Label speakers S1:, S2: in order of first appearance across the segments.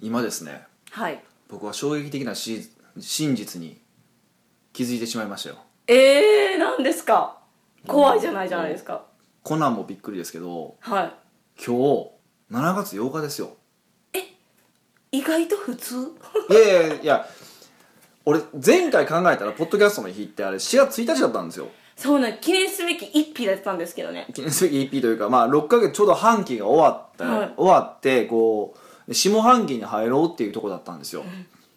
S1: 今ですね
S2: はい
S1: 僕は衝撃的なし真実に気づいてしまいましたよ
S2: えー、なんですか怖いじゃないじゃないですか
S1: コナンもびっくりですけど
S2: は
S1: 今日7月8日ですよ
S2: い意外と普通
S1: いやいやいや俺前回考えたらポッドキャストの日ってあれ4月1日だったんですよ
S2: そうなん記念すべき一匹だったんですけどね
S1: 記念すべき EP というか、まあ、6ヶ月ちょうど半期が終わった、
S2: はい
S1: 終わってこう下半期に入ろうっていうとこだったんですよ、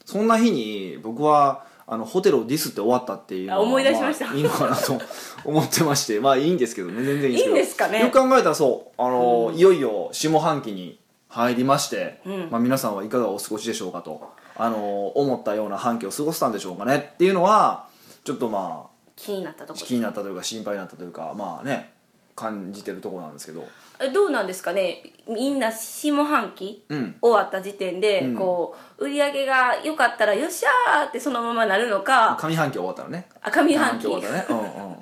S1: そんな日に僕はあのホテルをディスって終わったっていうのは
S2: あ思い出しました
S1: あいいのかなと思ってましてまあいいんですけ どね全然いいんですけど
S2: いいんですかね
S1: よく考えたらそうあの、いよいよ下半期に入りまして、
S2: うん
S1: まあ、皆さんはいかがお過ごしでしょうかとあの思ったような半期を過ごせたんでしょうかねっていうのはちょっとまあ
S2: 気になったとこ
S1: 気になったというか心配になったというかまあね感じてるところなんですけど
S2: えどうなんですかねみんな下半期、
S1: うん
S2: 終わった時点で、
S1: うん
S2: こう売り上げが良かったらよっしゃーってそのままなるのか
S1: 上半期終わったらね
S2: あ上半期
S1: 上半期終わったらね、うんうんうん、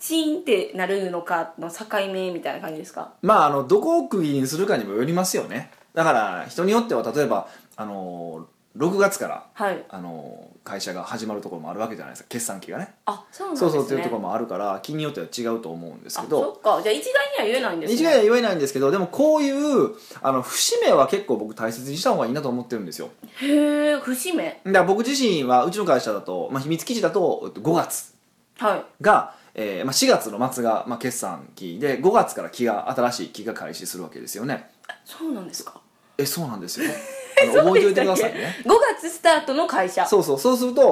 S2: チーンってなるのかの境目みたいな感じですか
S1: まああのどこを区切りにするかにもよりますよねだから人によっては例えばあの6月から
S2: はい
S1: あの会社が始まるところもあるわけじゃないですか決算期がね
S2: あそうなんです
S1: そう
S2: ね
S1: そうっていうところもあるから気によっては違うと思うんですけ
S2: あそ
S1: ど
S2: っかじゃあ一概には言えないんです
S1: 一概には言えないんですけどでもこういうあの節目は結構僕大切にした方がいいなと思ってるんですよ
S2: へえ節目
S1: だから僕自身はうちの会社だと、まあ、秘密基地だと5月
S2: はい
S1: が、えーまあ、4月の末が、まあ、決算期で5月から期が新しい期が開始するわけですよね
S2: そうなんですか
S1: えそうなん ですよあの覚えておいてくださいね
S2: 5月スタートの会社
S1: そうそうそうすると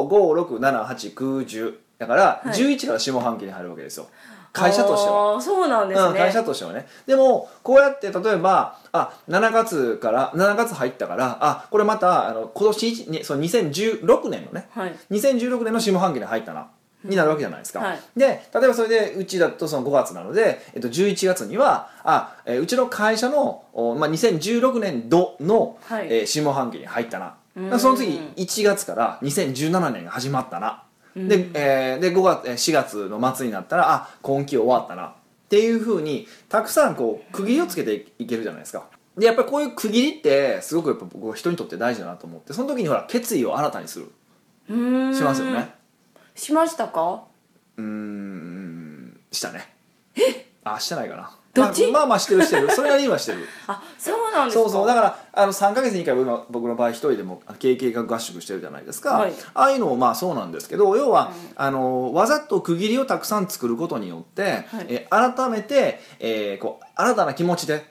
S1: 567890だから、
S2: はい
S1: 11から下半期に入るわけですよ会社としては、
S2: あーそうなんですね、
S1: うん、会社としてはねでもこうやって例えばあ7月から7月入ったからあこれまたあの今年一にその2016年のね
S2: はい
S1: 2016年の下半期に入ったなになるわけじゃないですか、
S2: はい
S1: で例えばそれでうちだとその5月なので、えっと、11月にはあ、えーうちの会社の、おまあ、2016年度の、
S2: はい
S1: えー下半期に入ったな
S2: うーん
S1: その次1月から2017年が始まったなで,、えーで5月えー4月の末になったらあ今期終わったなっていうふうにたくさんこう区切りをつけていけるじゃないですかでやっぱりこういう区切りってすごくやっぱ僕は人にとって大事だなと思ってその時にほら決意を新たにする
S2: うーん
S1: しますよね、
S2: しましたか
S1: うーんしたねあしてないかな
S2: どっ
S1: ま
S2: ち
S1: あ、まあまあしてるしてるそれなりにはしてる
S2: あそうなんですか
S1: そうそうだからあの3か月に1回僕の僕の場合一人でもあの経営学合宿してるじゃないですか、
S2: はい
S1: ああいうのもまあそうなんですけど要は、あのわざと区切りをたくさん作ることによって、え改めて、えーこう新たな気持ちで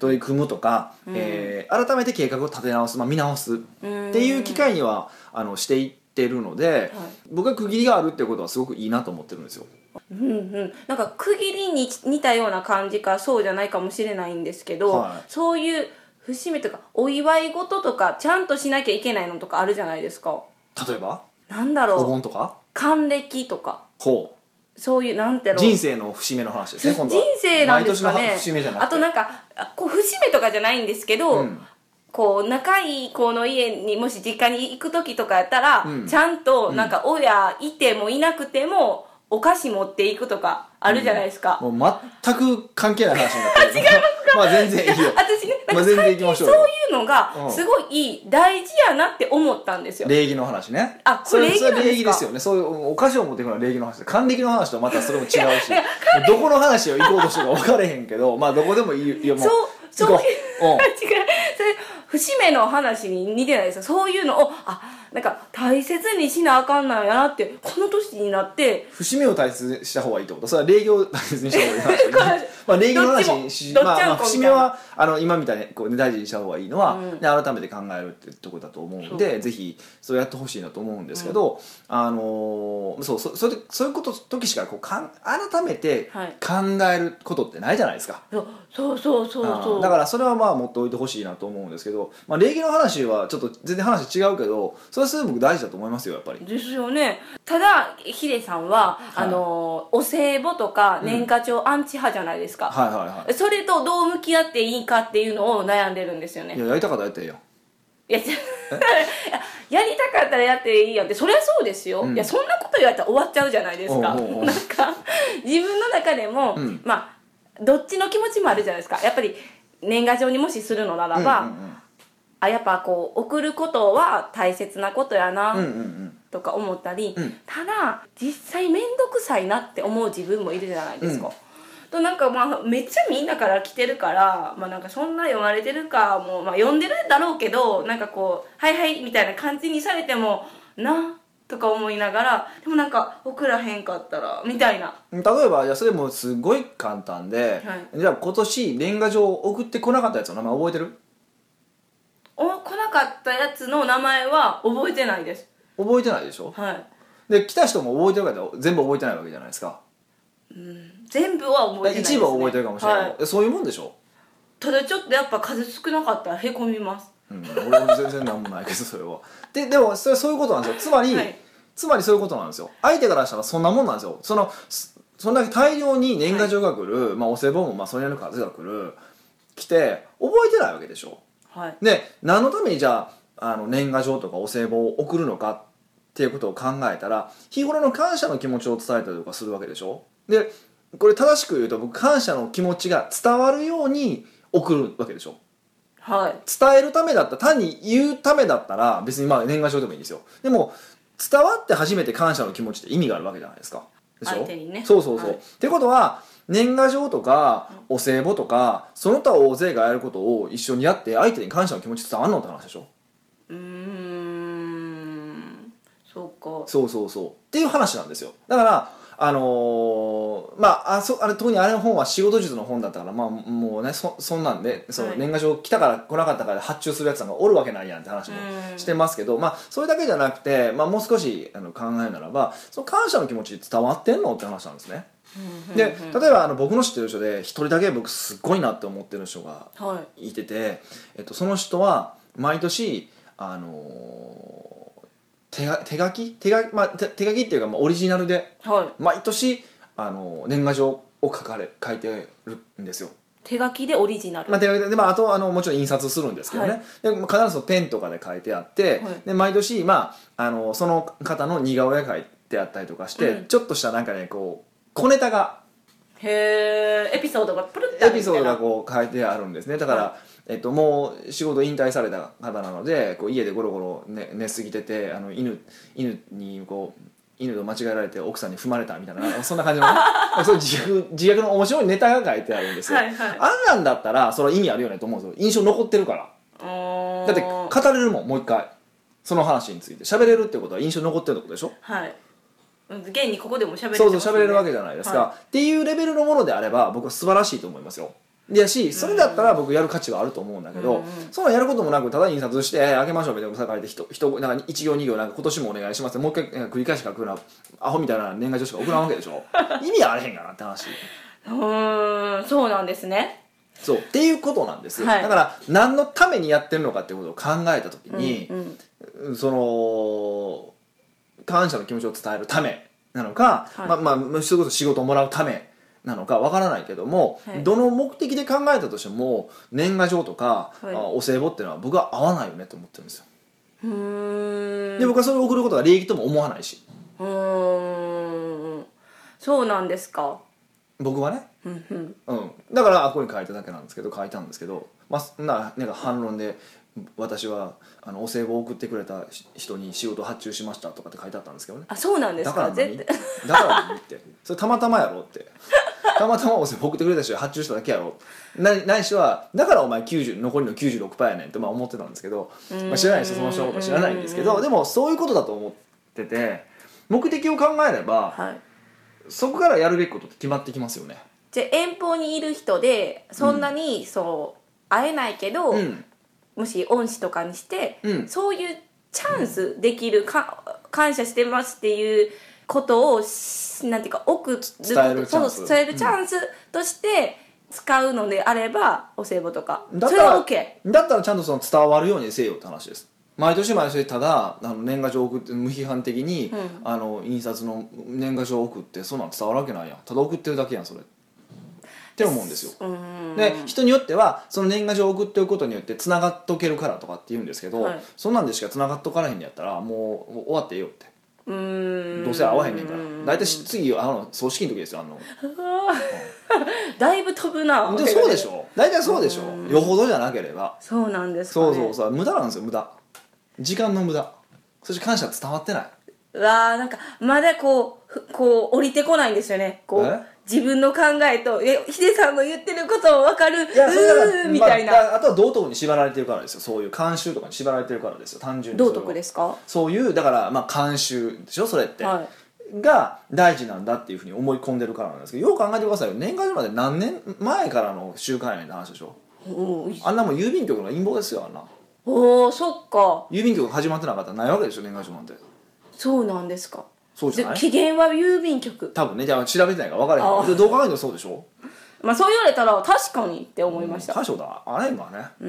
S1: 取り組むとか、えー改めて計画を立て直す、まあ、見直す
S2: うーん
S1: っていう機会にはあのしていってるので、僕は区切りがあるっていうことはすごくいいなと思ってるんですよ。
S2: うんうん、なんか区切りに似たような感じかそうじゃないかもしれないんですけど、
S1: はい
S2: そういう節目とかお祝い事とかちゃんとしなきゃいけないのとかあるじゃないですか
S1: 例えば
S2: なんだ
S1: お
S2: ろう
S1: 盆とか
S2: 還暦とか
S1: ほ
S2: そういうなんていう
S1: う
S2: の
S1: 人生の節目の話ですね今度は
S2: 人生なんですか
S1: 毎年
S2: ね
S1: の節目じゃなくて
S2: あとなんかあこう節目とかじゃないんですけど、
S1: うん
S2: こう仲いい子の家にもし実家に行く時とかやったら、
S1: うん
S2: ちゃんとなんか親いてもいなくてもお菓子持っていくとかあるじゃないですか、
S1: もう全く関係ない話にな ってる違いますかまあ全然いいよ
S2: 私ねなん
S1: まあ
S2: か
S1: 全然行
S2: 最
S1: きま
S2: 近
S1: しょ
S2: そうう
S1: よ
S2: いうの
S1: う
S2: が
S1: ん
S2: すごいいい大事やなって思ったんですよ
S1: 礼儀の話ね
S2: あこれ
S1: それそれは
S2: 礼
S1: 礼
S2: 儀
S1: 儀
S2: なんで
S1: です
S2: すか
S1: よねそういうお菓子を持っていくのは礼儀の話で還暦の話とまたそれも違う しどこの話を行こうとしてるか分かれへんけどまあどこでもいいいやもう
S2: そうそうい
S1: 行
S2: う
S1: こう
S2: 違うそれ節目の話に似てないですよそういうのをあなんか大切にしなあかんなんやなってこの年になって
S1: うん節目を大切にした方がいいってことそれは礼儀を大切にした方がいい話
S2: これ
S1: まあ、礼儀の話
S2: どっちも
S1: にし、
S2: ど
S1: ま
S2: っ
S1: あ
S2: ちゃんこみたいな
S1: まあ、節目はあの今みたいにこう、ね、大事にした方がいいのは、
S2: うん
S1: ね改めて考えるってとこだと思うんでぜひそうやってほしいなと思うんですけど、あのーそうそそれそういうこと時しかこうかん改めて
S2: はい
S1: 考えることってないじゃないですか。
S2: そうそうそうそう
S1: う
S2: そ
S1: ん
S2: う
S1: だからそれはまあ持っておいてほしいなと思うんですけど、まあ、礼儀の話はちょっと全然話違うけどそれはすごく大事だと思いますよやっぱり。
S2: ですよねただヒデさんは、
S1: い
S2: あのお歳暮とか
S1: うん
S2: 年賀状アンチ派じゃないですか、
S1: はいはいは
S2: それとどう向き合っていいかっていうのを悩んでるんですよね
S1: い、いややりたかったらやったらええよ
S2: いや、ちょ やりたかったらやっていいよって、そりゃそうですよ。
S1: うん
S2: いや、そんなこと言われたら終わっちゃうじゃないですか。
S1: おうおうおう
S2: なんか、自分の中でも、
S1: うん
S2: まあ、どっちの気持ちもあるじゃないですか。やっぱり、年賀状にもしするのならば、
S1: うんうんうん
S2: あやっぱこう送ることは大切なことやな、
S1: うんうんうん
S2: とか思ったり、
S1: うん
S2: ただ実際面倒くさいなって思う自分もいるじゃないですか。
S1: うん
S2: となんかまあめっちゃみんなから来てるから、まあ、なんかそんな読まれてるかも、まあ、読んでるだろうけどなんかこう「はいはい」みたいな感じにされてもなとか思いながらでもなんか送らへんかったらみたいな
S1: 例えばじゃあそれもすごい簡単で、
S2: は
S1: じゃあ今年年賀状送ってこなかったやつの名前覚えてる
S2: お来なかったやつの名前は覚えてないです
S1: 覚えてないでしょ
S2: はい
S1: で来た人も覚えてるかって全部覚えてないわけじゃないですか
S2: 全部は覚えてないです、ね、
S1: 一部は覚えてるかもしれない、
S2: は
S1: そういうもんでしょ、
S2: ただちょっとやっぱ数少なかったらへこみます
S1: うん、俺も全然なんもないけどそれはででもそれそういうことなんですよつまり、
S2: はい
S1: つまりそういうことなんですよ相手からしたらそんなもんなんですよそのすそんだけ大量に年賀状が来る、まあ、お歳暮もまあそれなりの数が来る来て覚えてないわけでしょ
S2: はい
S1: で何のためにじゃああの年賀状とかお歳暮を送るのかっていうことを考えたら日頃の感謝の気持ちを伝えたりとかするわけでしょでこれ正しく言うと僕感謝の気持ちが伝わるように送るわけでしょ
S2: はい
S1: 伝えるためだった単に言うためだったら別にまあ年賀状でもいいんですよでも伝わって初めて感謝の気持ちって意味があるわけじゃないですかでしょ
S2: 相手にね
S1: そうそうそう、
S2: はい
S1: ってことは年賀状とかお歳暮とかその他大勢がやることを一緒にやって相手に感謝の気持ち伝わんのって話でしょ
S2: うーんそうか
S1: そうそうそうっていう話なんですよだからあのーまああそあれ特にあれの本は仕事術の本だったからまあもうねそそんなんでその
S2: はい
S1: 年賀状来たから来なかったから発注するやつなんかおるわけないやんって話も
S2: うん
S1: してますけど、まあそれだけじゃなくて、まあ、もう少しあの考えるならばその感謝の気持ち伝わってんのって話なんですね。で例えばあの僕の知ってる人で一人だけ僕すっごいなって思ってる人が
S2: はい
S1: てて、えっと、その人は毎年、あのー手が手書き手書き、まあ、手手書きっていうか、まあ、オリジナルで
S2: いはい
S1: 毎年、あのー年賀状を書かれ書いてるんですよ。
S2: 手書きでオリジナル、
S1: まあ、手書きで、でまあ、あとあのもちろん印刷するんですけどね、
S2: はい
S1: でまあ必ずそのペンとかで書いてあって、
S2: はい
S1: で毎年、まあ、あのその方の似顔絵が書いてあったりとかして、
S2: うん
S1: ちょっとしたなんかねこう小ネタが
S2: へえエピソードがプルッてあ
S1: エ
S2: るみ
S1: ピ
S2: たい
S1: ソードが
S2: な
S1: こう書いてあるんですねだから、
S2: は
S1: えっと、もう仕事引退された方なのでこう家でゴロゴロ寝寝すぎててあの犬犬にこう犬と間違えられて奥さんに踏まれたみたいな そんな感じのねそういう自虐自虐の面白いネタが書いてあるんですよ、
S2: はいはい
S1: あんなんだったらそれは意味あるよねと思うんですよ印象残ってるから
S2: うーん
S1: だって語れるもんもう一回その話について喋れるってことは印象残ってるってことでしょ
S2: はいうん現にここでも喋れて
S1: そうそう喋れるわけじゃないですか、
S2: は
S1: っていうレベルのものであれば僕は素晴らしいと思いますよやしそれだったら僕やる価値はあると思うんだけど、
S2: うんうん
S1: そんなんやることもなくただ印刷して「あげましょう」みたいなこと書いて人人なんか1行2行なんか今年もお願いしますってもう一回なんか繰り返し書くようなアホみたいな年賀状しか送らんわけでし ょ意味あれへんかなって話
S2: うーんそうなんですね
S1: そうっていうことなんですよ、
S2: はい
S1: だから何のためにやってるのかってことを考えた時に、
S2: うんうん
S1: その感謝の気持ちを伝えるためなのか、
S2: はい
S1: まあまあむしろこそ仕事をもらうためなのかわからないけども、
S2: はい
S1: どの目的で考えたとしても年賀状とか、
S2: はい
S1: あお歳暮っていうのは僕は合わないよねと思ってるんですよ、
S2: うーん
S1: で僕はそれを送ることが礼儀とも思わないし
S2: うーんそうなんですか
S1: 僕はね、
S2: うんうん
S1: うん、だからあここに書いただけなんですけど書いたんですけど、まあそんななんか反論で私はあのお歳暮を送ってくれた人に仕事を発注しましたとかって書いてあったんですけどね
S2: あそうなんです
S1: だ
S2: か
S1: から何
S2: 絶
S1: だ
S2: 対
S1: から何って それたまたまやろってたまたまお世話送ってくれた人が発注しただけやろなないしはだからお前90残りの96%やねんってまあ思ってたんですけど、まあ、知らないですよその人のこと知らないんですけどでもそういうことだと思ってて目的を考えれば
S2: はい
S1: そこからやるべきことって決まってきますよね。
S2: じゃあ遠方にいる人でそんなに、そう会えないけど、
S1: うん
S2: もし恩師とかにして、
S1: うん
S2: そういうチャンスできるか感謝してますっていうことをしなんていうか送ること
S1: 伝えるチャンス
S2: そう伝えるチャンスとして使うのであれば、お歳暮とか
S1: だ
S2: そ
S1: った
S2: れは
S1: ら
S2: OK
S1: だったらちゃんとその伝わるようにせよって話です毎年毎年ただあの年賀状送って無批判的に、
S2: うん
S1: あの印刷の年賀状送ってそんなん伝わるわけないやんただ送ってるだけやんそれって思うんですよ
S2: うーん
S1: で人によってはその年賀状を送っておくことによってつながっとけるからとかって言うんですけど、
S2: はい
S1: そんなんでしかつながっとかれへんのやったらもうもう終わってええよって
S2: うーん
S1: どうせ会わへんねんから
S2: うん
S1: 大体し次あの葬式の時ですよあの
S2: だいぶ飛ぶな
S1: でそうでしょ大体そうでし
S2: う
S1: ょ
S2: ん
S1: よほどじゃなければ
S2: そうなんですか、ね、
S1: そうそうそう無駄なんですよ無駄時間の無駄そして感謝伝わってないう
S2: わーなんかまだこうふこう降りてこないんですよねこ
S1: え
S2: う自分の考えとえヒデさんの言ってることを分かるうーんみたいな、
S1: まあ、あとは道徳に縛られてるからですよそういう慣習とかに縛られてるからですよ単純に
S2: 道徳ですすか
S1: そういうだからまあ慣習でしょそれって、
S2: は
S1: が大事なんだっていうふうに思い込んでるからなんですけどよく考えてくださいよ年賀状まで何年前からの習慣やねんって話でしょ
S2: いおーい
S1: あんなもん郵便局の陰謀ですよあんな
S2: おーそっか
S1: 郵便局が始まってなかったらないわけでしょ年賀状なんて
S2: そうなんですか
S1: そうじ
S2: で
S1: ゃない
S2: 期限は郵便局
S1: 多分ねじゃあ調べてないから分からへんか
S2: あ
S1: らでどう考えてもそうでしょ
S2: まあそう言われたら確かにって思いました
S1: 大将だあれんからね
S2: うー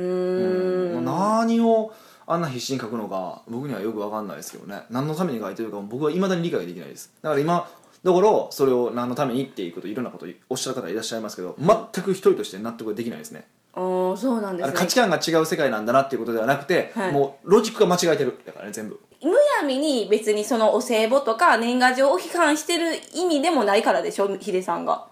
S2: ん
S1: 何をあんな必死に書くのか僕にはよく分かんないですけどね何のために書いてるかも僕はいまだに理解できないですだから今だからそれを何のためにっていうこといろんなことおっしゃる方いらっしゃいますけど全く一人として納得できないですね
S2: あーそうなんで
S1: あ
S2: す
S1: の
S2: ね
S1: 価値観が違う世界なんだなっていうことではなくて、
S2: はい
S1: もうロジックが間違えてるだからね全部
S2: むやみに別にそのお歳暮とか年賀状を批判してる意味でもないからでしょヒデさんが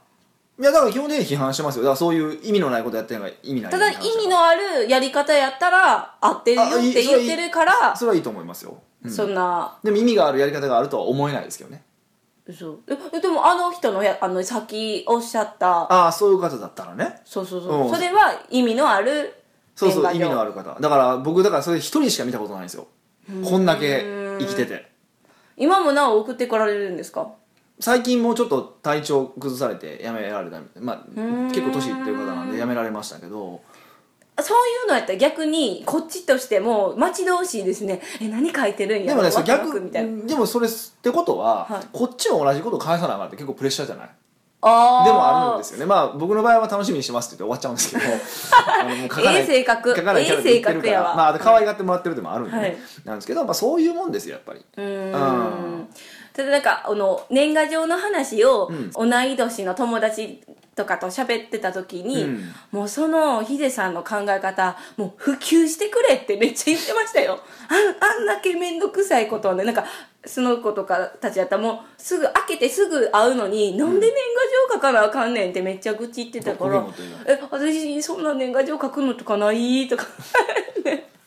S1: いやだから基本的に批判してますよだからそういう意味のないことやってるのが意味ない
S2: ただ意味のあるやり方やったら合ってるよっ
S1: あいい
S2: て言ってるから
S1: それはいいと思いますよ、うん
S2: そんな
S1: でも意味があるやり方があるとは思えないですけどね
S2: 嘘えでもあの人のやあの先おっしゃった
S1: ああそういう方だったらね
S2: そうそうそう
S1: うん
S2: それは意味のある
S1: そうそう意味
S2: 年賀状
S1: のある方だから僕だからそれ一人しか見たことないんですよこんだけ生きてて
S2: 今もなお送ってこられるんですか
S1: 最近もうちょっと体調崩されてやめられたみたいな、まあ、
S2: ん
S1: 結構年いってる方なんでやめられましたけど
S2: そういうのやったら逆にこっちとしても待ち遠しいですねえ何書いてるん
S1: で
S2: や
S1: もね
S2: ワ
S1: それ
S2: クワク
S1: 逆
S2: みたいな
S1: でもそれってことは、
S2: はい
S1: こっちも同じこと返さなあかんって結構プレッシャーじゃない
S2: あー
S1: でもあるんですよねまあ僕の場合は楽しみにしてますって言って終わっちゃうんですけどあのもう書かない
S2: ええ性格
S1: 書かないキャラで言ってる
S2: ええ性格
S1: か
S2: や
S1: ら、
S2: わ
S1: まああと可愛がってもらってるでもあるんでね、
S2: はい
S1: なんですけど、まあ、そういうもんですよやっぱり
S2: う
S1: う
S2: ー
S1: ん
S2: ただなんかあの年賀状の話を同い年の友達とかと喋ってた時に、
S1: うん
S2: もうそのヒデさんの考え方もう普及してくれってめっちゃ言ってましたよあんあんだけ面倒くさいことはねなんかその子とかたちやったらもうすぐ開けてすぐ会うのに、なんで年賀状書かなあかんねんってめっちゃ愚痴言ってたから
S1: どこにも
S2: 「え私そんな年賀状書くのとかない?」とか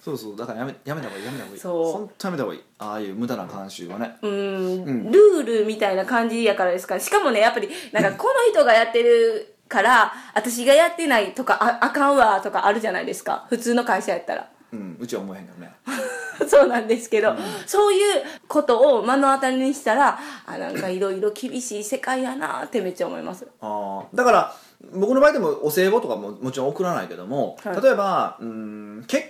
S1: そうそうだからやめやめた方がいいやめた方がいい
S2: そう
S1: 本当やめた方がいいああいう無駄な慣習はね
S2: うー
S1: うん
S2: んルールみたいな感じやからですかしかもねやっぱりなんかこの人がやってるから私がやってないとかああかんわとかあるじゃないですか普通の会社やったら
S1: うんうちは思えへんけどね
S2: そうなんですけど、そういうことを目の当たりにしたらあなんかいろいろ厳しい世界やなってめっちゃ思います
S1: あーだから僕の場合でもお歳暮とかももちろん送らないけども、
S2: はい
S1: 例えばうーん結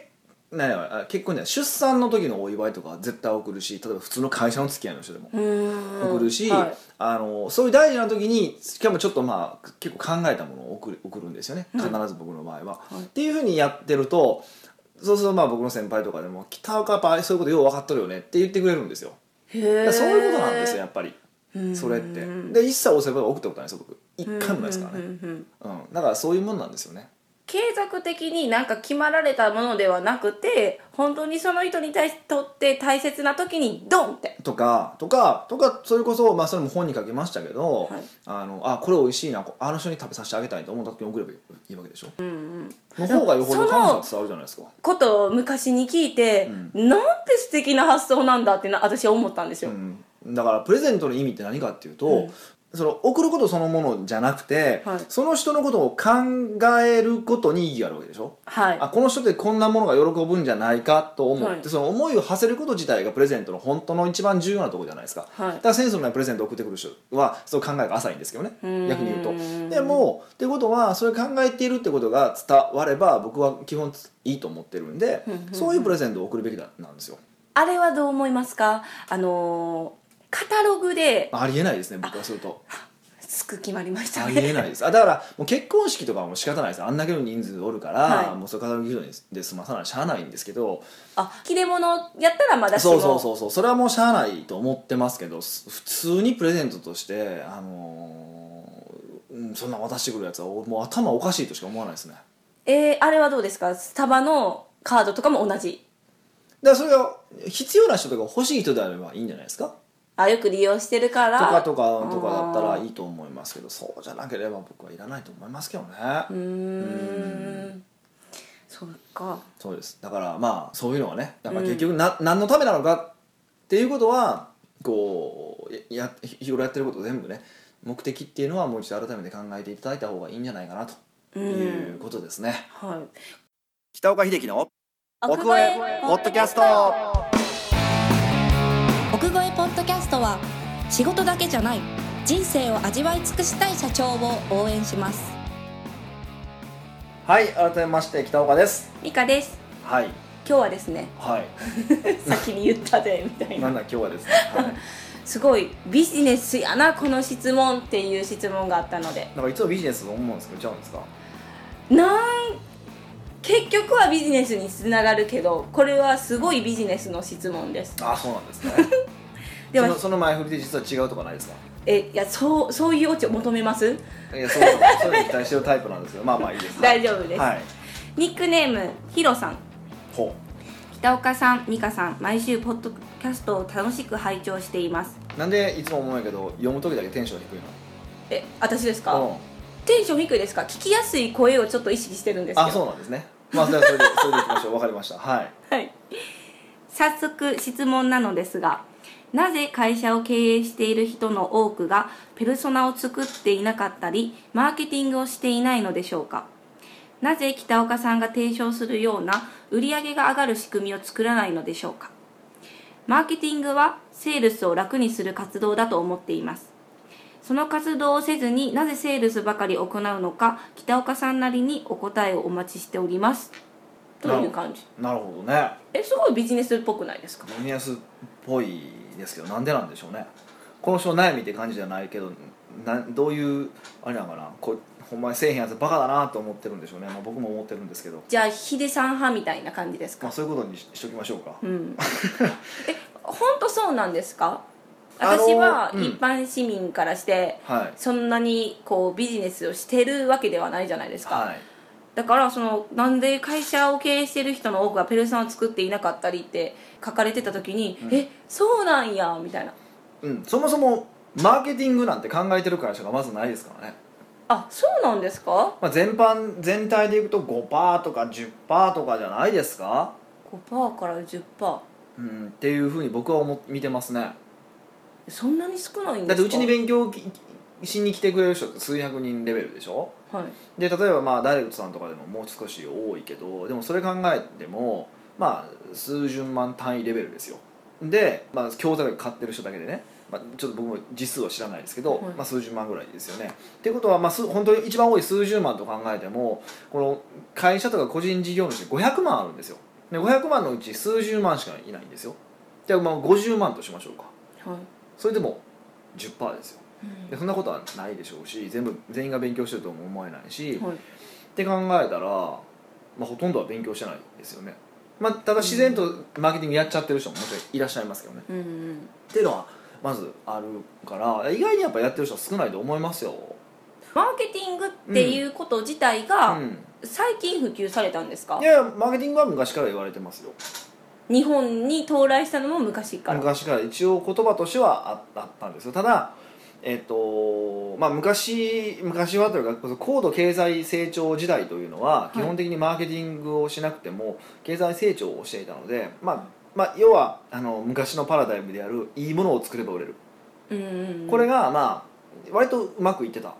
S1: なんやろあ結婚じゃない出産の時のお祝いとかは絶対送るし例えば普通の会社の付き合いの人でも
S2: うーん
S1: 送るし、
S2: はい
S1: あのそういう大事な時にしかもちょっとまあ結構考えたものを送る送るんですよね必ず僕の場合は。っていうふうにやってるとそうするとまあ僕の先輩とかでも「北岡やっぱそういうことよう分かっとるよね」って言ってくれるんですよ。
S2: へ
S1: だから
S2: ー
S1: そういうことなんですよやっぱり
S2: うん
S1: それってで一切お世話が送ったことないですよ僕一回もないですから
S2: うんう
S1: ね、
S2: んうんうん
S1: うん、だからそういうもんなんですよね
S2: 継続的になんか決まられたものではなくて本当にその人に対しとって大切な時にドンって
S1: とかとかとかそれこそ、まあ、それも本に書きましたけど、
S2: はい
S1: あのあこれ美味しいなこあの人に食べさせてあげたいと思った時に送ればいいわけでしょ、うんの方がよほど
S2: その
S1: 感謝伝わるじゃないですか
S2: ことを昔に聞いて、なんて素敵な発想なんだってな私は思ったんですよ、
S1: うん、だからプレゼントの意味って何かっていうと、
S2: うん
S1: その送ることそのものじゃなくて、
S2: はい
S1: その人のことを考えることに意義があるわけでしょ
S2: はい
S1: あこの人ってこんなものが喜ぶんじゃないかと思って、
S2: はい
S1: その思いを馳せること自体がプレゼントの本当の一番重要なところじゃないですか、
S2: はい
S1: だからセンスのないプレゼントを送ってくる人はそう考えが浅いんですけどね
S2: うーん
S1: 逆に言うとでもってことはそれ考えているってことが伝われば僕は基本いいと思ってるんで、そういうプレゼントを送るべきだなんですよ
S2: あれはどう思いますかあのーカタログで
S1: ありえないですね僕はする と
S2: すく決まりました
S1: あ
S2: ね
S1: りえないですあだからもう結婚式とかはもう仕方ないですあんだけの人数おるから、
S2: はい
S1: もうそれ片道以上で済まさないしゃあないんですけど
S2: あ切れ物やったらまだしも
S1: そうそうそうそうそれはもうしゃあないと思ってますけどす普通にプレゼントとしてあのーうんそんな渡してくるやつはおもう頭おかしいとしか思わないですね
S2: えーあれはどうですかスタバのカードとかも同じ
S1: だからそれが必要な人とか欲しい人であればいいんじゃないですか
S2: あよく利用してるから
S1: とかとかとかだったらい
S2: い
S1: いと思いますけどそうじゃなければ僕はいらないと思いますけどね、
S2: うーんそっか
S1: そうですだからまあそういうのはねだから結局な、何のためなのかっていうことはこうやや日頃やってること全部ね目的っていうのはもう一度改めて考えていただいた方がいいんじゃないかなということですね、
S2: はい
S1: 北岡秀樹の奥越えポッドキャスト
S3: 奥越えポッドキャストは仕事だけじゃない人生を味わい尽くしたい社長を応援します
S1: はい改めまして北岡です
S2: ミカです
S1: はい
S2: 今日はで すね
S1: は
S2: 先に言ったでみた
S1: い
S2: い
S1: な
S2: なん
S1: だ今日はですね、はい
S2: すごいビジネスやなこの質問っていう質問があったので
S1: なんかいつもビジネスと思うんですけど違うんですか
S2: なん結局はビジネスにつながるけどこれはすごいビジネスの質問です
S1: あそうなんですね
S2: で
S1: そ
S2: も
S1: のその前振 りで実は違うとかない ですか
S2: えいやそうそういうオチを求めます
S1: いやそうそういうの期待してるタイプなんですけどまあまあいい です
S2: 大丈夫です、
S1: はい
S2: ニックネームヒロさん
S1: ほ
S2: 北岡さん美香さん毎週ポッドキャストを楽しく拝聴しています
S1: うなんでいつも思うんやけど読む時だけテンション低いの
S2: え私ですか、
S1: うん
S2: テンション低いですか聞きやすい声をちょっと意識してるんですけど
S1: あそうなんですねまあじゃあそれでそれでいき ましょうわかりましたはい
S2: はい、早速質問なのですがなぜ会社を経営している人の多くがペルソナを作っていなかったりマーケティングをしていないのでしょうかなぜ北岡さんが提唱するような売り上げが上がる仕組みを作らないのでしょうかマーケティングはセールスを楽にする活動だと思っていますその活動をせずになぜセールスばかり行うのか北岡さんなりにお答えをお待ちしておりますという感じ
S1: なるほどね
S2: えすごいビジネスっぽくないですか
S1: ビジネスっぽいですけどなんでなんでしょうねこの人の悩みって感じじゃないけどなんどういうあれなのかなこうほんまにせえへんやつバカだなと思ってるんでしょうね、まあ、僕も思ってるんですけど
S2: じゃあヒデさん派みたいな感じです
S1: まあ
S2: か
S1: そういうことにししときましょうか、
S2: うんえ本当そうなんですか
S1: あの
S2: 私は
S1: うん
S2: 一般市民からして、
S1: はい
S2: そんなにこうビジネスをしてるわけではないじゃないですか、
S1: はい
S2: だからそのなんで会社を経営してる人の多くがペルソナを作っていなかったりって書かれてた時に、えそうなんやみたいな
S1: うん、そもそもマーケティングなんて考えてる会社がまずないですからね、
S2: あそうなんですか
S1: まあ、全般全体でいくと5%とか10%とかじゃないですか、
S2: 5%から10%
S1: うん、っていうふうに僕は思っ見てますね
S2: そんなに少ないん
S1: だ
S2: で
S1: ってう
S2: すか
S1: ちに勉強きしに来てくれる人って数百人レベルでしょ
S2: はい
S1: で例えばまあダイレクトさんとかでももう少し多いけどでもそれ考えてもまあ数十万単位レベルですよで、まあ、教材だけ買ってる人だけでね、まあ、ちょっと僕も実数は知らないですけど、
S2: はい
S1: まあ、数十万ぐらいですよねっていうことは、まあ、す本当に一番多い数十万と考えてもこの会社とか個人事業主って500万あるんですよで500万のうち数十万しかいないんですよで、まあ、50万としましょうか
S2: はい
S1: それでも10%ですよ
S2: うん
S1: でそんなことはないでしょうし全部全員が勉強してるとも思えないし、
S2: はい
S1: って考えたら、まあ、ほとんどは勉強してないですよね、まあ、ただ自然とマーケティングやっちゃってる人ももちろんいらっしゃいますけどね
S2: うんう
S1: っ
S2: ん
S1: ていうのはまずあるから意外にやっぱやってる人は少ないと思いますよ
S2: マーケティングっていうこと自体が
S1: うん、
S2: 最近普及されたんですか
S1: い、やいやマーケティングは昔から言われてますよ
S2: 日本に到来したのも昔から、
S1: 昔から一応言葉としてはああったんですよただえっ、とまあ昔昔はというか高度経済成長時代というのは
S2: はい
S1: 基本的にマーケティングをしなくても経済成長をしていたので、まあまあ、要はあの昔のパラダイムであるいいものを作れば売れる
S2: うんうんうん
S1: これがまあ割とうまくいってた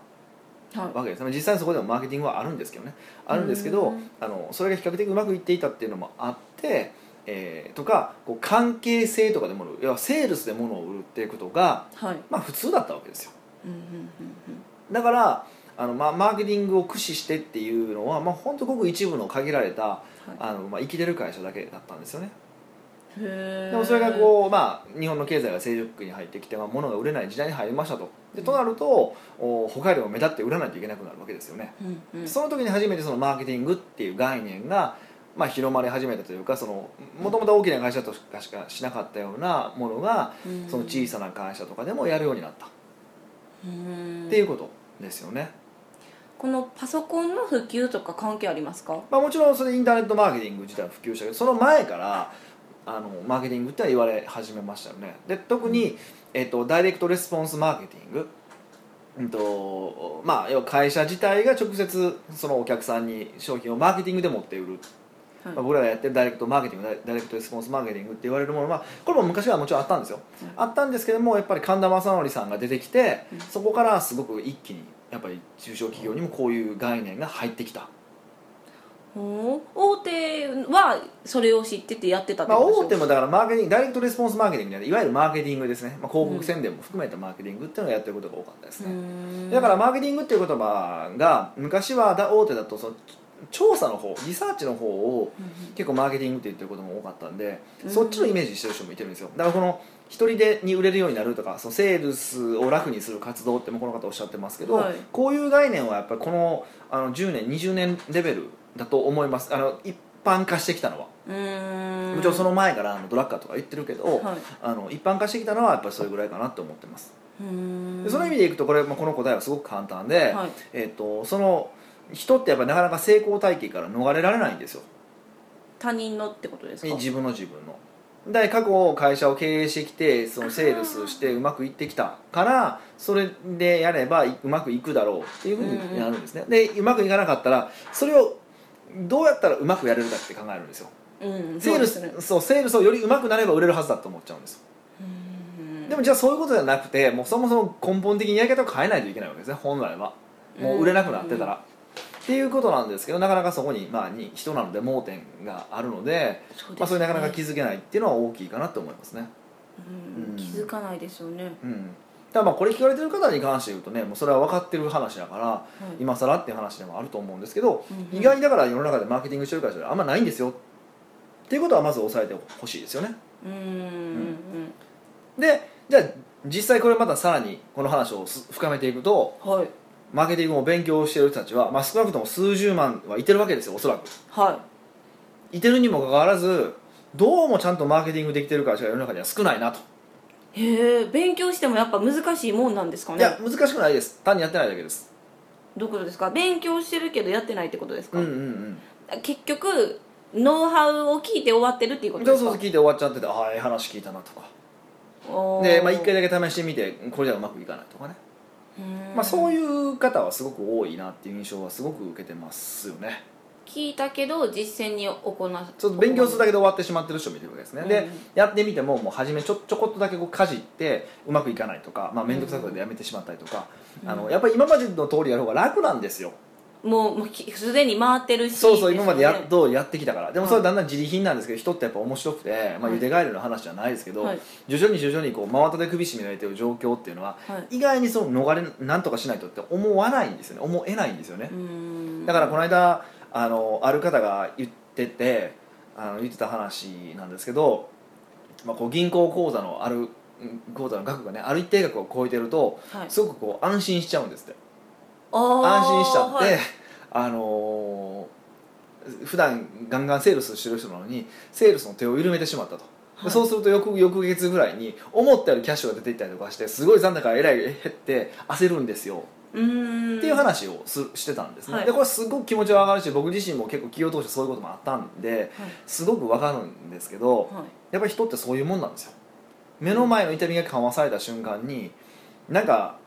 S2: は
S1: わけですね実際にそこでもマーケティングはあるんですけどねあるんですけ
S2: う
S1: ど
S2: ん
S1: あのそれが比較的うまくいっていたっていうのもあって、えーとかこう関係性とかでもの要はセールスで物を売るっていうことが、
S2: いはい
S1: まあ、普通だったわけですよ
S2: うんうんうん
S1: だからあの、まあ、マーケティングを駆使してっていうのは、まあ、ほんとごく一部の限られた
S2: うんは
S1: あの、まあ、生きてる会社だけだったんですよね
S2: いへ
S1: でもそれがこう、まあ、日本の経済が成熟期に入ってきて、まあ、物が売れない時代に入りましたとでとなるとお他よりも目立って売らないといけなくなるわけですよね
S2: う、うんうん、
S1: その時に初めてそのマーケティングっていう概念が、まあ、広まり始めたというかもともと大きな会社とかしかしなかったようなものが
S2: うん
S1: その小さな会社とかでもやるようになったっ
S2: うん
S1: ていうことですよね、
S2: このパソコンの普及とか関係ありますか
S1: まあ、もちろんそれインターネットマーケティング自体は普及したけどその前からあのマーケティングっては言われ始めましたよねで特に、えっとダイレクトレスポンスマーケティング、うんとまあ、要は会社自体が直接そのお客さんに商品をマーケティングで持って売る、ま
S2: はい
S1: あ、僕らがやってるダイレクトマーケティングダイダイレクトレスポンスマーケティングって言われるものはこれも昔はもちろんあったんですよ、あったんですけどもやっぱり神田正則さんが出てきて、
S2: うん
S1: そこからすごく一気にやっぱり中小企業にもこういう概念が入ってきた
S3: ほう大手はそれを知っててやってたって
S1: まあ、
S3: こと
S1: 大
S3: で
S1: 手
S3: しょ、
S1: もだからマーケティングダイレクトレスポンスマーケティングみたいないわゆるマーケティングですね、まあ、広告宣伝も含めたマーケティングっていうのをやってることが多かったです
S3: う
S1: ね、
S3: ーん
S1: だからマーケティングっていう言葉が昔はだ大手だとその調査の方リサーチの方を結構マーケティングって言ってることも多かったんで、
S2: うん
S1: そっちのイメージしてる人もいてるんですよだからこの一人でに売れるようになるとかそのセールスを楽にする活動ってもうこの方おっしゃってますけど、
S2: はい
S1: こういう概念はやっぱりこのあの10年20年レベルだと思いますあの一般化してきたのは
S2: うーん
S1: もちろんその前からあのドラッカーとか言ってるけど、
S2: はい
S1: あの一般化してきたのはやっぱりそれぐらいかなと思ってます、
S2: うーん
S1: でその意味でいくとこれ、まあ、この答えはすごく簡単で、
S2: はい
S1: えっとその人ってやっぱりなかなか成功体験から逃れられないんですよ
S3: 他人のってことですか
S1: 自分の自分のだから過去会社を経営してきてそのセールスしてうまくいってきたからそれでやればいうまくいくだろうっていうふうになるんですね、でうまくいかなかったらそれをどうやったらうまくやれるかって考えるんですよ
S2: うん
S1: セー
S2: そうで
S1: ルス
S2: すね
S1: そうセールスをよりうまくなれば売れるはずだと思っちゃうんですよ
S2: うん
S1: でもじゃあそういうことじゃなくてもうそもそも根本的にやり方を変えないといけないわけですね本来はもう売れなくなってたら、っていうことなんですけどなかなかそこに,、まあ、に人なので盲点があるので
S2: そうですね
S1: まあ、それなかなか気づけないっていうのは大きいかなと思いますね、
S2: うん
S1: うん
S2: 気づかないですよね
S1: うん、ただまあこれ聞かれてる方に関して言うとねもうそれは分かってる話だから
S2: はい
S1: 今更っていう話でもあると思うんですけど、
S2: うんうん
S1: 意外にだから世の中でマーケティングしてる会社であんまないんですよっていうことはまず押さえてほしいですよね
S2: うんうんうん
S1: でじゃあ実際これまたさらにこの話をす深めていくと
S2: はい
S1: マーケティングを勉強している人たちは、まあ、少なくとも数十万はいてるわけですよおそらく
S2: はい
S1: てるにもかかわらずどうもちゃんとマーケティングできてる会社が世の中には少ないなと、
S2: いへえ勉強してもやっぱ難しいもんなんですか
S1: いや
S2: ね
S1: 難しくないです単にやってないだけです
S2: どういうことですか勉強してるけどやってないってことですか、
S1: うんうん
S2: 結局ノウハウを聞いて終わってるっていうこ
S1: うん
S2: と
S1: そう
S2: です
S1: そう
S2: か
S1: 聞いて終わっちゃっててああええ話聞いたなとか
S2: おー
S1: で、まあ、1回だけ試してみてこれじゃうまくいかないとかね、
S2: うん
S1: まあ、そういう方はすごく多いなっていう印象はすごく受けてますよね
S2: 聞いたけど実践に行な
S1: ちょっと勉強するだけで終わってしまってる人もいるわけですね、
S2: うん
S1: でやってみてももう初めちょちょこっとだけこうかじってうまくいかないとかまあ、面倒くさくてやめてしまったりとか、あのやっぱり今までの通りやる方が楽なんですよ
S2: もうもうきすでに回ってるし
S1: そうそう
S2: す
S1: 今
S2: よね
S1: までやっとやってきたからでもそれ
S2: は
S1: はいだんだん自利品なんですけど人ってやっぱ面白くて、まあ、
S2: はい
S1: ゆでガエルの話じゃないですけど、
S2: はい
S1: 徐々に徐々にこう真綿で首絞められてる状況っていうのは、
S2: はい
S1: 意外にその逃れなんとかしないとって思わないんですよね思えないんですよね
S2: う、ん
S1: だからこの間あのある方が言っててあの言ってた話なんですけど、まあ、こう銀行口座のあるうん口座の額がねある一定額を超えてると
S2: はい
S1: すごくこう安心しちゃうんですって安
S2: 安
S1: 心しちゃって、
S2: はい
S1: あのー普段ガンガンセールスしてる人なのにセールスの手を緩めてしまったと、で
S2: はい
S1: そうすると翌翌月ぐらいに思ったよりキャッシュが出ていったりとかしてすごい残高がえらい減って焦るんですよ
S2: うーん
S1: っていう話をすしてたんですね、
S2: はい
S1: でこれすごく気持ちは上がるし僕自身も結構企業当初そういうこともあったんで
S2: はい
S1: すごくわかるんですけど
S2: はい
S1: やっぱり人ってそういうもんなんですよ目の前の痛みが緩和された瞬間になんか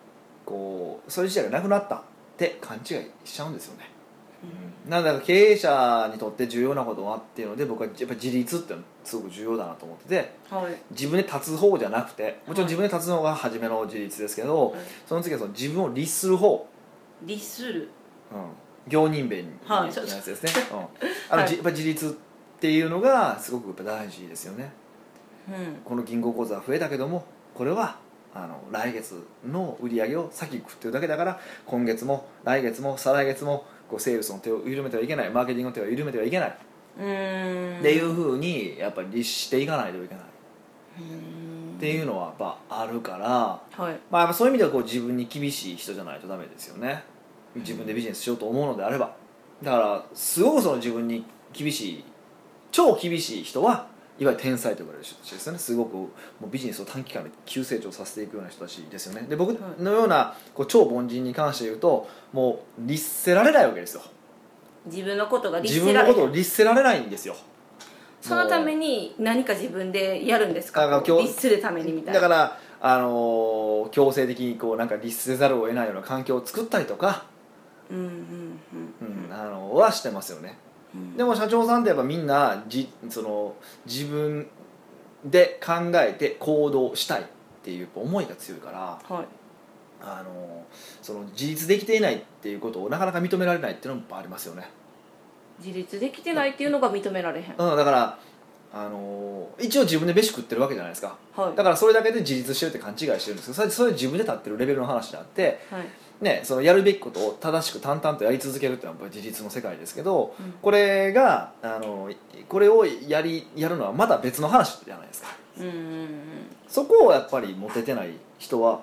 S1: こうそれ自体がなくなったって勘違いしちゃうんですよね、なんだか経営者にとって重要なことはっていうので僕はやっぱり自立っていうのはすごく重要だなと思ってて
S2: はい
S1: 自分で立つ方じゃなくてもちろん自分で立つのが初めの自立ですけど、
S2: はい
S1: その次はその自分を律する方
S2: 律する
S1: うん、行人弁の
S2: は
S1: や
S2: い
S1: つですね、うん、あの
S2: はい
S1: じやっぱ自立っていうのがすごくやっぱ大事ですよね
S2: うん
S1: この銀行口座は増えたけどもこれはあの来月の売り上げを先食ってるだけだから今月も来月も再来月もこうセールスの手を緩めてはいけないマーケティングの手を緩めてはいけない、
S2: うーん
S1: っていうふうにやっぱり律していかないといけないっていうのはやっぱあるから、
S2: はい
S1: まあ、やっぱそういう意味ではこう自分に厳しい人じゃないとダメですよね自分でビジネスしようと思うのであればだからすごくその自分に厳しい超厳しい人はいわゆる天才と呼ばれる人たちですよねすごくもうビジネスを短期間で急成長させていくような人たちですよねで僕
S2: はい
S1: のようなこう超凡人に関して言うともう律せられないわけですよ
S2: 自分のことが律
S1: 自
S2: せ
S1: 分
S2: ら
S1: の
S2: れ
S1: ことを律せられないんですよ
S2: そのために何か自分でやるんです
S1: だから
S2: か
S1: 今日
S2: 律するためにみたい
S1: だ
S2: な
S1: から、あのー強制的にこうなんか律せざるを得ないような環境を作ったりとか、
S2: うんうんうん
S1: うんあのはしてますよね、
S2: うん
S1: でも社長さんってやっぱみんなじその自分で考えて行動したいっていう思いが強いから、
S2: はい
S1: あのーその自立できていないっていうことをなかなか認められないっていうのもありますよね、
S2: 自立できてないっていうのが認められへん
S1: うん、だから、あのー一応自分で飯食ってるわけじゃないですか
S2: はい
S1: だからそれだけで自立してるって勘違いしてるんですけどそれそれ自分で立ってるレベルの話であって
S2: はい
S1: ね、そのやるべきことを正しく淡々とやり続けるっていうのはやっぱり自立の世界ですけど、
S2: うん
S1: これがあのこれをやりやるのはまだ別の話じゃないですか
S2: うんうんうん
S1: そこをやっぱりモテてない人は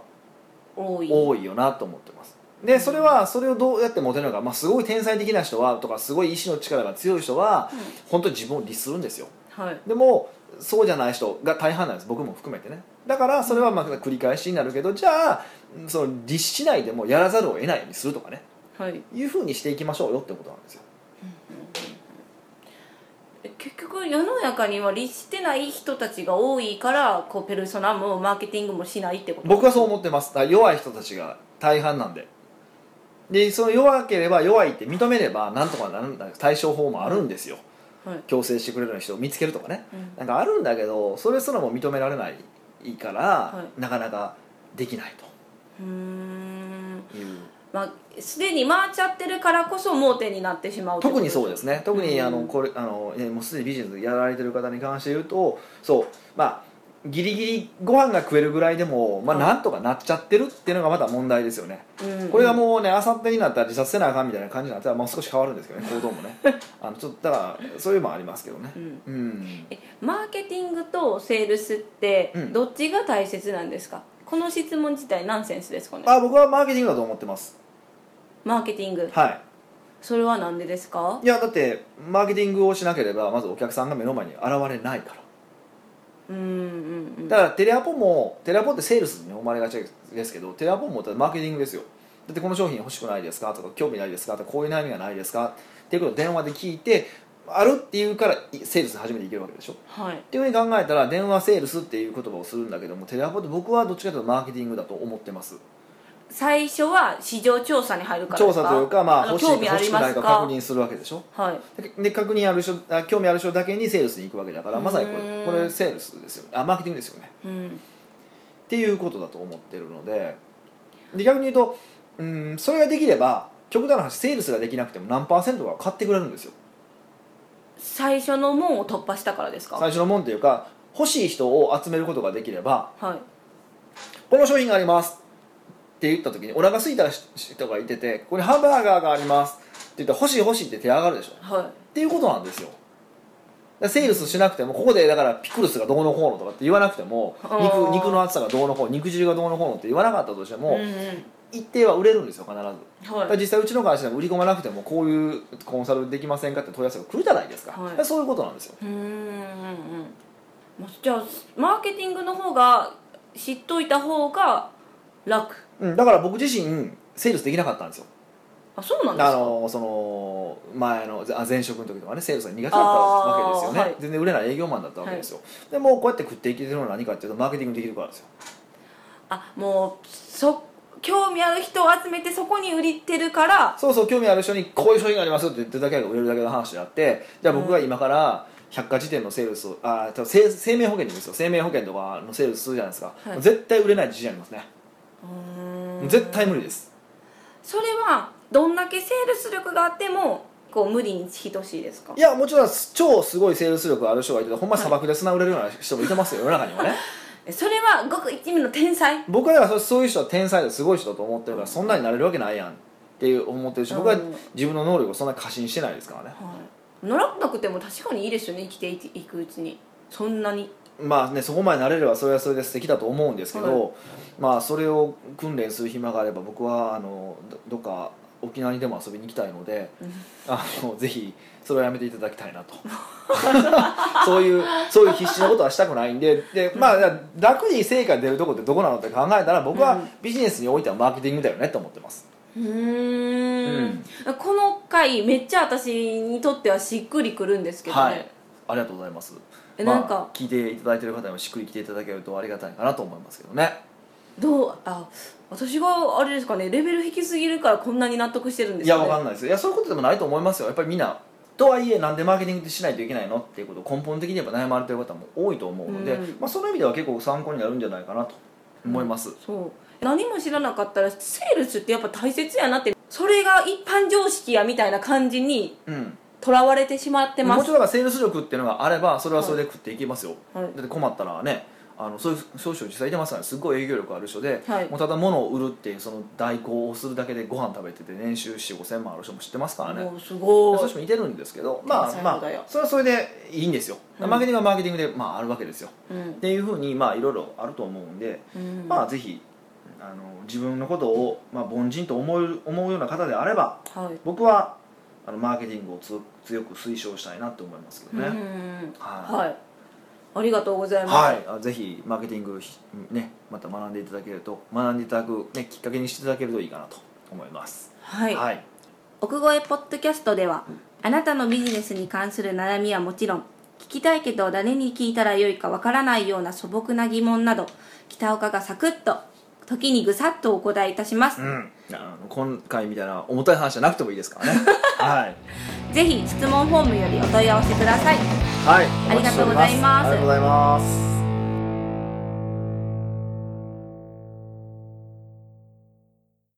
S2: 多い
S1: 多いよなと思ってますでそれはそれをどうやってモテるのか、まあ、すごい天才的な人はとかすごい意志の力が強い人は本当に自分を律するんですよ
S2: はい
S1: でもそうじゃない人が大半なんです僕も含めてねだからそれはまあ繰り返しになるけどじゃあその律しないでもやらざるを得ないようにするとかね
S2: はい
S1: いうふうにしていきましょうよってことなんですよ
S2: え結局世の中には律してない人たちが多いからこうペルソナもマーケティングもしないってこと
S1: 僕はそう思ってますだから弱い人たちが大半なんででその弱ければ弱いって認めればなんとかなるんだ対処法もあるんですよ
S2: はい
S1: 強制してくれるような人を見つけるとかね
S2: うん
S1: なんかあるんだけどそれすらも認められないから、
S2: は
S1: なかなかできない
S2: ーん
S1: という
S2: まあすでに回っちゃってるからこそ盲点になってしまう
S1: 特にそう
S2: で
S1: ですね特に
S2: うん
S1: あのこれあの、えーもうすでにビジネスやられてる方に関して言うとそうまあギリギリご飯が食えるぐらいでも、まあ、
S2: はい
S1: なんとかなっちゃってるっていうのがまた問題ですよね、
S2: す、うん
S1: これがもうねあさってになったら自殺せなあかんみたいな感じになったら、まあ、少し変わるんですけどね行動も ねあのちょっとだからそういうのもありますけどね
S2: うん
S1: うん
S2: えマーケティングとセールスって
S1: うん
S2: どっちが大切なんですか、この質問自体ナンセンスですかね
S1: あ僕はマーケティングだと思ってます
S2: マーケティング
S1: は
S2: それはなんでですか
S1: いいやだってマーケティングをしなければまずお客さんが目の前に現れないから
S2: うんうんうん
S1: だからテレアポもテレアポってセールスに思われがちですけどテレアポもマーケティングですよだってこの商品欲しくないですかとか興味ないですかとかこういう悩みがないですかっていうことを電話で聞いてあるっていうからいセールス始めていけるわけでしょっ
S2: はい
S1: ていうふうに考えたら電話セールスっていう言葉をするんだけどもテレアポって僕はどっちかというとマーケティングだと思ってます
S2: 最初は市場調査に入るからで
S1: 調
S2: すか
S1: 査というかまあ
S2: の
S1: 欲し
S2: 興
S1: い
S2: 味
S1: か
S2: あ
S1: 欲し
S2: り
S1: く
S2: ま
S1: ない
S2: す
S1: か
S2: か
S1: 確認するわけでしょ
S2: はい
S1: でで確認ある人あ興味ある人だけにセールスに行くわけだからまさにこ
S2: うー
S1: れ
S2: ん
S1: これセールスですよねあマーケティングですよね
S2: うん
S1: っていうことだと思ってるのでで逆に言うとうんそれができれば極端な話セールスができなくても何パーセントか買ってくれるんですよ
S2: 最初の門を突破したからですか
S1: 最初のもんというか欲しい人を集めることができれば
S2: はい
S1: この商品がありますって言った時にお腹空いた人がいててここにハンバーガーがありますって言ったら欲しい欲しいって手上がるでしょっ
S2: は
S1: ていうことなんですよだからセールスしなくてもここでだからピクルスがどうのこうのとかって言わなくても
S2: あー
S1: 肉肉の厚さがどうのこうの肉汁がどうのこうのって言わなかったとして
S2: い
S1: も、
S2: うんうん
S1: 一定は売れるんですよ必ずだか
S2: は
S1: ら
S2: い
S1: 実際うちの会社でも売り込まなくてもこういうコンサルできませんかって問い合わせが来るじゃないですか,、
S2: はい
S1: そういうことなんですよ
S2: うーんうんうんまあじゃあマーケティングの方が知っといた方が楽
S1: うん、だから僕自身セールスできなかったんですよ
S2: あそうなんです
S1: あ
S2: か
S1: のその前のあ前職の時とかねセールスが苦手だったわけですよね、
S2: あーはい
S1: 全然売れない営業マンだったわけですよ、でもこうやって食っていけてるのは何かっていうとマーケティングできるからですよ
S2: あもうそ興味ある人を集めてそこに売りてるから
S1: そうそう興味ある人にこういう商品がありますよって言ってるだけが売れるだけの話であってじゃあ僕が今から百科事典のセールスをあ多分生生命保険ですよ生命保険とかのセールスするじゃないですか、
S2: はい
S1: 絶対売れない自信ありますね
S2: うーん
S1: 絶対無理です
S2: それはどんだけセールス力があってもこう無理に等しいですか
S1: いやもちろん超すごいセールス力ある人がいてほんま砂漠で砂売れるような人もいてますよ世の中にはね
S2: えそれはごく一味の天才
S1: 僕らはそそういう人は天才ですごい人だと思ってるからそんなになれるわけないやんっていう思ってるし僕は
S2: うん
S1: 自分の能力をそんなに過信してないですからね
S2: はい乗らなくても確かにいいですよね生きていいくうちにそんなに
S1: まあねそこまでなれればそれはそれで素敵だと思うんですけど、まあそれを訓練する暇があれば僕はあのどどっか沖縄にでも遊びに行きたいのであのぜひそれをやめていただきたいなと そういうそういう必死なことはしたくないんでで、まあ、楽に成果出るとこってどこなのって考えたら僕
S2: う
S1: は
S2: ん
S1: ビジネスにおいてはマーケティングだよねと思ってます、
S2: うーんこの回めっちゃ私にとってはしっくりくるんですけどね、
S1: はいありがとうございます
S2: え
S1: まあ
S2: なんか
S1: 聞いていただいてる方にもしっくりきていただけるとありがたいかなと思いますけどね
S2: どうあ私があれですかねレベル低すぎるからこんなに納得してるんで
S1: い
S2: すか、
S1: や
S2: ね、
S1: わかんないですいやそういうことでもないと思いますよやっぱりみんなとはいえなんでマーケティングってしないといけないのっていうことを根本的にやっぱ悩まれてる方も多いと思うので、
S2: うん
S1: まあ、その意味では結構参考になるんじゃないかなと思います、
S2: そう何も知らなかったらセールスってやっぱ大切やなってそれが一般常識やみたいな感じに
S1: うん
S2: とらわれてしまってま
S1: も
S2: す
S1: ちろんセールス力っていうのがあればそれはそれで食っていけますよ、
S2: はい
S1: だって困ったらねあのそういうそういう人実際いてますからすごい営業力ある人で、
S2: はい
S1: もうただ物を売るっていうその代行をするだけでご飯食べてて年収4 5千万ある人も知ってますからね
S2: もうすごい
S1: そういう人もいてるんですけどまあ
S2: 天才
S1: ま
S2: 肌よ
S1: あそれはそれでいいんですよ、
S2: うん
S1: マーケティングはマーケティングで、まあ、あるわけですよ
S2: うん
S1: っていうふうにまあいろいろあると思うんで、
S2: うん
S1: まあぜひあの自分のことを、まあ、凡人と思う思うような方であれば
S2: はい
S1: 僕はあのマーケティングをつ強く推奨したいなって思いますけ
S2: う
S1: ど
S2: ん
S1: ね、は
S2: はいありがとうござい
S1: い、
S2: ます、
S1: はいあぜひマーケティングひねまた学んでいただけると学んでいただく、ね、きっかけにしていただけるといいかなと思います
S2: はい
S1: はい、
S4: 奥越えポッドキャストではあなたのビジネスに関する悩みはもちろん聞きたいけど誰に聞いたらよいかわからないような素朴な疑問など北岡がサクッと時にぐさっとお答えいたします、
S1: うん、あの今回みたいな重たい話じゃなくてもいいです からねはい
S4: ぜひ質問フォームよりお問い合わせください
S1: はい、
S4: ありがとうございます
S1: ありがとうございます